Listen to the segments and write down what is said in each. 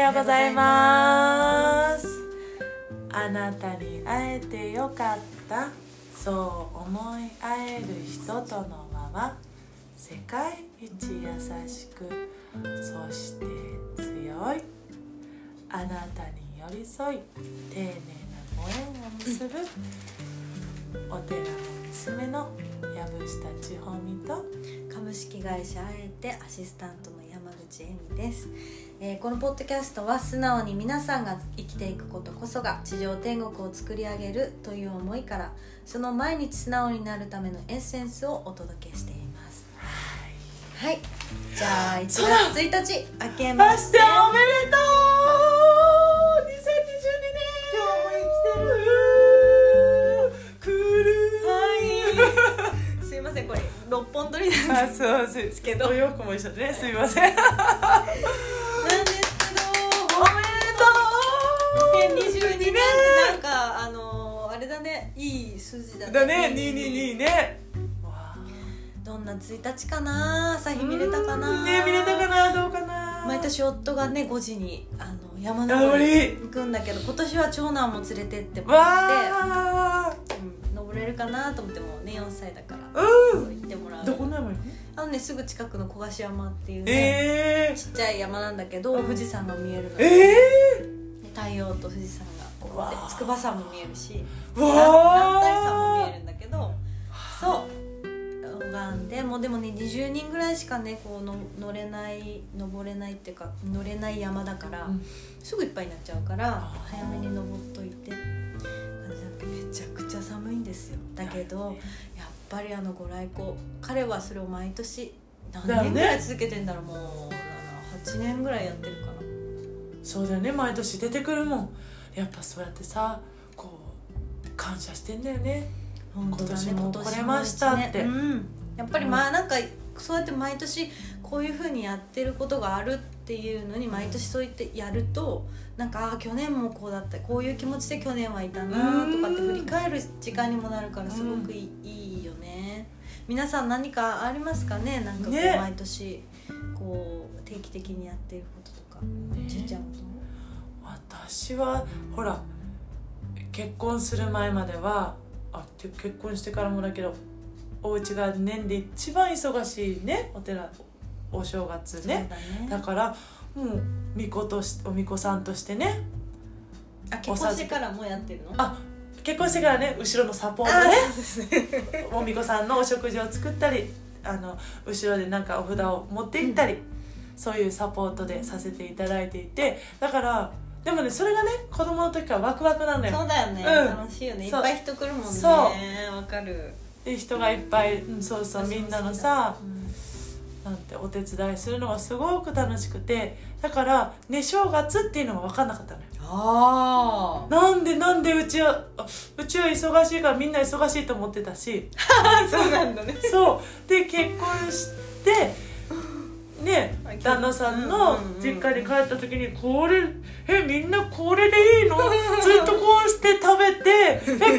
ようございますあなたに会えてよかったそう思い合える人とのまま世界一優しくそして強いあなたに寄り添い丁寧なご縁を結ぶお寺の娘の藪下千穂美と株式会社あえてアシスタントの山口恵美です、えーこのポッドキャストは素直に皆さんが生きていくことこそが地上天国を作り上げるという思いからその毎日素直になるためのエッセンスをお届けしていますはいじゃあ1月1日明け明まし日ておめでとう2022年今日も生きてる来る すいませんこれ6本撮り なんですあそうそうですけどお洋服も一緒でねすみませんおめでとなんですうけど2022年ってなんかあのーあれだねいい数字だねだね222ねわどんな1日かな朝日見れたかなね見れたかなどうかな毎年夫がね5時にあの山登登りり行くんだけど今年は長男も連れてってもらっわて、うん登れるかなと思ってもうね4歳だからーう行ってもらんうどこなのよあのねすぐ近くの小菓子山っていうね、えちっちゃい山なんだけど富士山が見えるのー、え太陽と富士山がこうやわっあて筑波山も見えるしー、なわ男ー体山も見えるんだけどそう拝んでもうでもね20人ぐらいしかねこうの乗れない登れないっていうか乗れない山だから、うんすぐいっぱいになっちゃうからあー早めに登っといて感じなんだけどめちゃくちゃ寒いんですよだけどやっぱりあのご来光彼はそれを毎年何だよね年ぐらい続けてんだろうもう8年ぐらいやってるかなそうだよね毎年出てくるもんやっぱそうやってさこう感謝してんだよね本当だね今年も今年も来れましたって一年うん、やっぱりまあなんかそうやって毎年こういうふうにやってることがあるっていうのに毎年そう言ってやるとなんかああ去年もこうだったこういう気持ちで去年はいたなとかって振り返る時間にもなるからすごくいい,、いいよね皆さん何かありますかねなんかこうね毎年こう定期的にやってることとか、ちっちゃいこと私はほら結婚する前まではあて結婚してからもだけどお家が年で一番忙しいねお寺お正月ねそうだだねからもう巫女としお巫女さんとしてねあ結婚してからもやってるのあ結婚してからね後ろのサポートねおみこさんのお食事を作ったりあの後ろでなんかお札を持って行ったり、そういうサポートでさせていただいていてだからでもねそれがね子供の時からワクワクなのそようだよね、うん楽しいよねいっそうぱい人来るもんねそうわかるで人がいっぱい、うん、そうそうみんなのさうんなんてお手伝いするのがすごく楽しくてだからね正月っていうのが分かんなかったのよあなんでなんでうちはあうちは忙しいからみんな忙しいと思ってたしあそうなんだね そうで結婚してねあ結婚旦那さんのうんうんうん実家に帰った時にこれえみんなこれでいい のずっとこうして食べてえこんなのでいい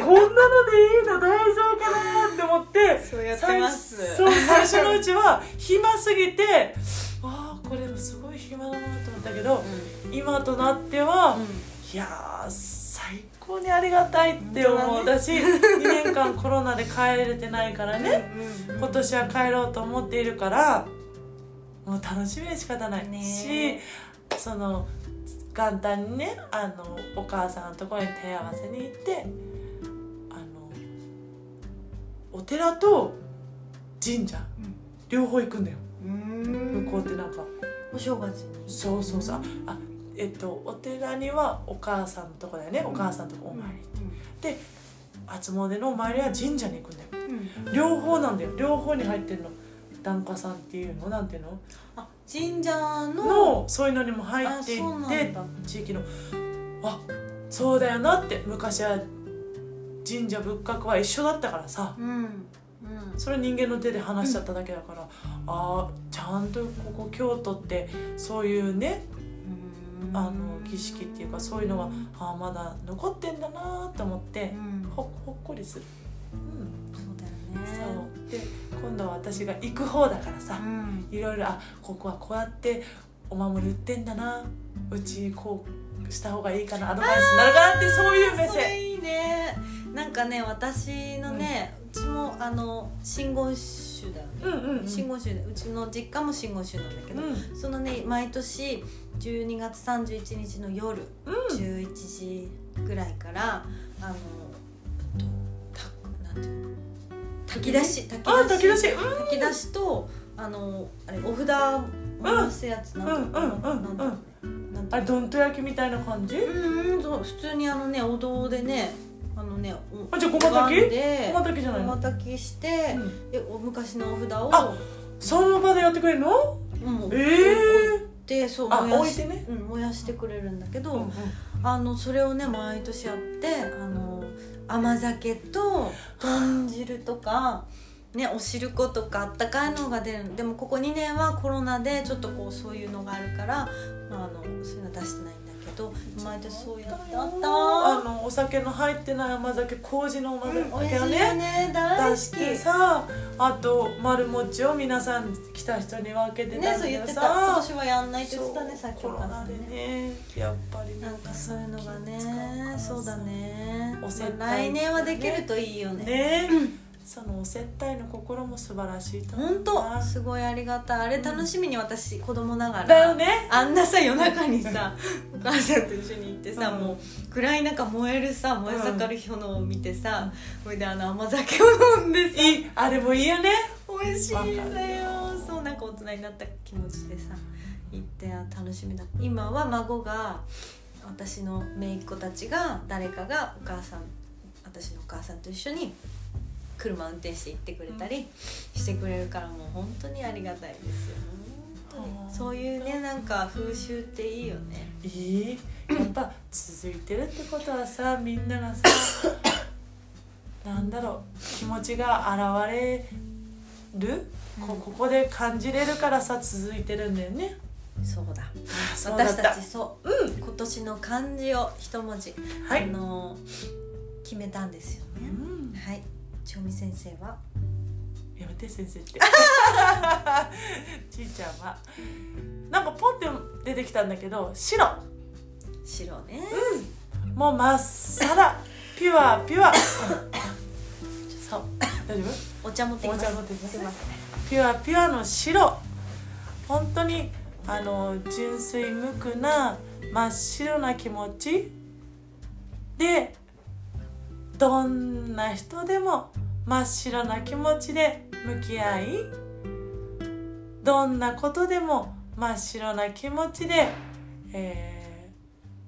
の大丈夫かなって思ってそうやってます最そう最初のうちは暇すぎてああこれすごい暇だなと思ったけど今となっては、いやー最高にありがたいって思うだし、2年間コロナで帰れてないからね、今年は帰ろうと思っているからもう楽しみで仕方ないねしえその元旦にねあのお母さんのところに手合わせに行ってあのお寺と神社うん両方行くんだようん向こうってなんかお正月にそうそうそうああえっとお寺にはお母さんのとこだよねお母さんのとこお参りで初詣のお参りは神社に行くんだようん両方なんだよ両方に入ってるの檀家さんっていうのなんていうのあ神社ののそういうのにも入あっていそうなんってだ地域のあそうだよなって昔は神社仏閣は一緒だったからさうんうんそれ人間の手で話しちゃっただけだから、あーちゃんとここ京都ってそういうねうんあの儀式っていうかそういうのがあーまだ残ってんだなーと思ってうんほほっこりする。うんそうだよねそうで今度は私が行く方だからさ、うんいろいろあここはこうやってお守り売ってんだなうちこうした方がいいかなアドバイスになるかなってそういう目そ線れいいねなんかね私のね、うちもあの真言宗だよね、うんうんうん真言宗でうちの実家も真言宗なんだけうど、んそのね毎年12月31日の夜、うん11時ぐらいからあのとたなんていうの炊き出し炊あき出炊き出ししうん炊き出しとあのあれお札を回すやつなんだ、うんうんうんうんなんだなんあだれどんと焼きみたいな感じうんうんそう普通にあのねお堂でねあのねおあじゃあごま炊き拝んでごま炊きじゃないごのま炊きして、うんでお昔のお札をあその場でやってくれるのうんえ置いえてそうあ燃や置いしてねうん、燃やしてくれるんだけど、うんうんあのそれをね毎年やってあの甘酒と豚汁とか、ね、お汁粉とかあったかいのが出るでもここ2年はコロナでちょっとこうそういうのがあるから、まあ、あのそういうの出してないんだけど毎年そうやってあったあのお酒の入ってない甘酒麹の甘うん、美味酒しいをよねね大好出きしてさあと丸餅を皆さん来た人に分けてねたんそうだ言っよてた今さ年はやんないって言そってたねさっうきコおロ母ナさんでねねやっぱりなんかそういうのがね気を使からさそうだねお接待まあ来年はできるといいよねねそのお接待の心も素晴らしいと思う本な当すごいありがたいあれ楽しみに私子供ながらだよねあんなさ夜中に さお母さんと一緒に行ってさ、うんもう暗い中燃えるさ燃え盛る炎を見てさ、それであの甘酒を飲んでさいいあれもいいよね美味しいんわかだるよよそうなんか大人になった気持ちでさ行ってあ楽しみだ今は孫が私の姪っ子たちが誰かがお母さん私のお母さんと一緒に車運転して行ってくれたりしてくれるからもう本当にありがたいですよ本当はあにそういうねなんか風習っていいよねいいやっぱ続いてるってことはさみんな がさなんだろう気持ちが現れる、こうんここで感じれるからさ続いてるんだよねそうだそうだっ私たたちそう、うん、今年の漢字を一文字、はあい、の決めたんですようね、ん、はい、ちおみ先生はやめて先生ってちいちゃんはなんかポンって出てきたんだけど白白ね、もうまっさらピュアピュアそう大丈夫お茶持ってきますお茶持ってきますすいませんピュアピュアの白本当にあの純粋無垢な真っ白な気持ちでどんな人でも真っ白な気持ちで向き合いどんなことでも真っ白な気持ちでえ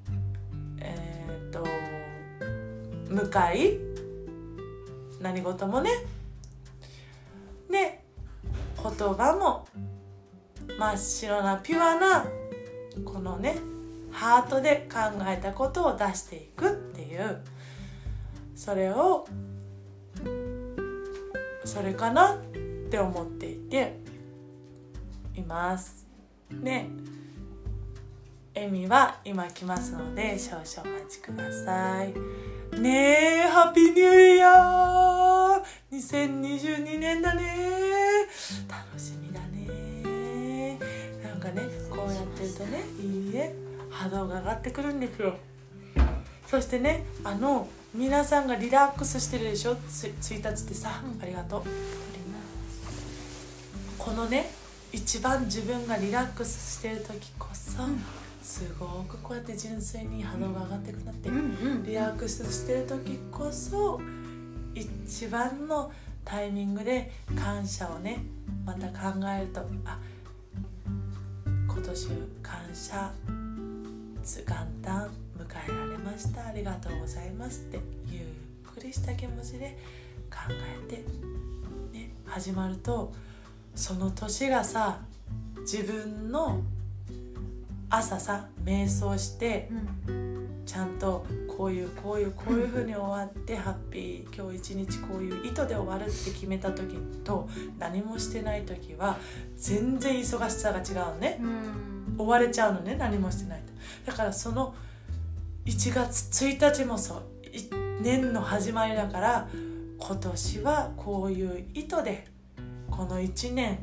ー、えー、と向かい何事もねで言葉も真っ白なピュアなこのねハートで考えたことを出していくっていうそれをそれかなって思っていています。ねエミは今来ますので少々お待ちください。ねえ、ハッピーニューイヤー !2022 年だね楽しみだねなんかね、こうやってるとね、いいえ、波動が上がってくるんですよ。そしてね、あの、皆さんがリラックスしてるでしょつ ?1 日ってさ、うんありがとう。このね、一番自分がリラックスしてる時こそ、うんすごくこうやって純粋に波動が上がってくなって、うんうんリラックスしてる時こそ一番のタイミングで感謝をねまた考えるとあ今年感謝つ元旦迎えられましたありがとうございますってゆっくりした気持ちで考えて、ね、始まるとその年がさ自分の朝さ瞑想してうんちゃんとこういうこういうこういうふうに終わってハッピー今日一日こういう意図で終わるって決めた時と何もしてない時は全然忙しさが違うのねうん追われちゃうのね何もしてないとだからその1月1日もそうい年の始まりだから今年はこういう意図でこの1年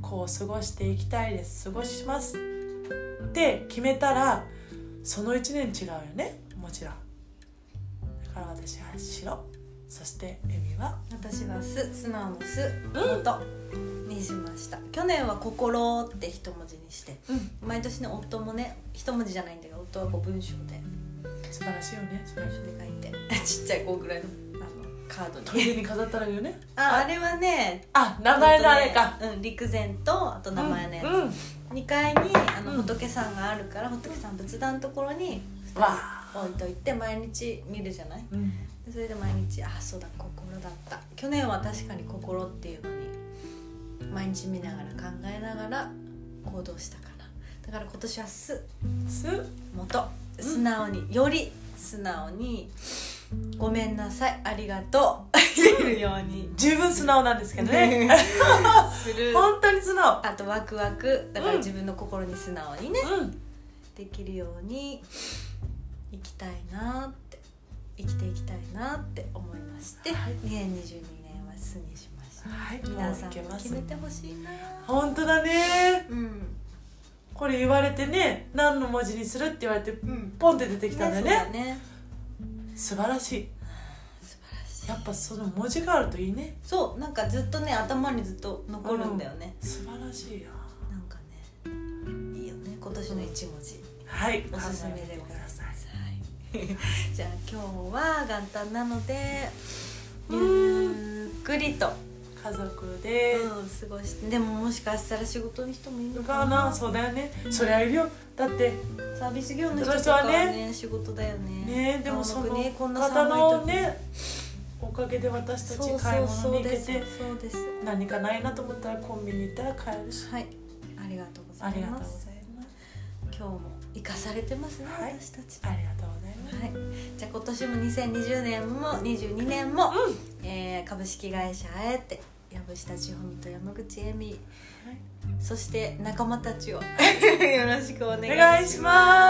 こう過ごしていきたいです過ごしますって決めたらその1年違うよねもちろんだから私は白そしてエミは私は「す」素直の「す」とにしました去年は「心」って一文字にしてうん毎年ね夫もね一文字じゃないんだけど夫はこう文章で素晴らしいよねそれ文章で書いて ちっちゃい子ぐらいのあのカードトイにレに飾ったらいいよねああれはねあ名前のあれか、うん陸前とあと名前のやつ、うんうん2階にあの、うん仏さんがあるから仏さん仏壇のところにわ置いといて毎日見るじゃないうんでそれで毎日あそうだ心だった去年は確かに心っていうのに毎日見ながら考えながら行動したからだから今年は素す元ん素直に、より素直に「ごめんなさいありがとう」言えるように十分素直なんですけどねする 本当に素直あとワクワクだからうん自分の心に素直にね、うんできるように生きたいなって生きていきたいなって思いまして、はい2022年は素にしましたはいも皆うさいんけもま決すめてほしいな本当だねうんこれ言われてね何の文字にするって言われてうんポンって出てきたんだよそうだねね素晴らしい素晴らやしいっぱその文字があるといいねそうなんかずっとね頭にずっと残るんだよね、素晴らしいよなんかねいいよね今年の一文字、はいおすすめで考ごえざいてくまだすさい。はい、 じゃあ今日は元旦なのでうゆっくりと、家族で、うん、過ごしてでももしかしたら仕事の人もいるのかかななそうだよねそりゃいるよだってサービス業の人とかはね仕事だよねねでもその寒くねこんな方寒いの時ねおかげで私たそうちそ買いうそ物にう行でけすてそうです何かないなと思ったらコンビニ行ったら買えるしはいありがとうござあいりがとうまござすいます今日も生かされてますね、はい私たちあはりがとうございますいじゃあ今年も2020年も22年も、うんえー株式会社あえて藪下千穂美と山口恵美はい そして仲間たちをよろしくお願いしますお願いします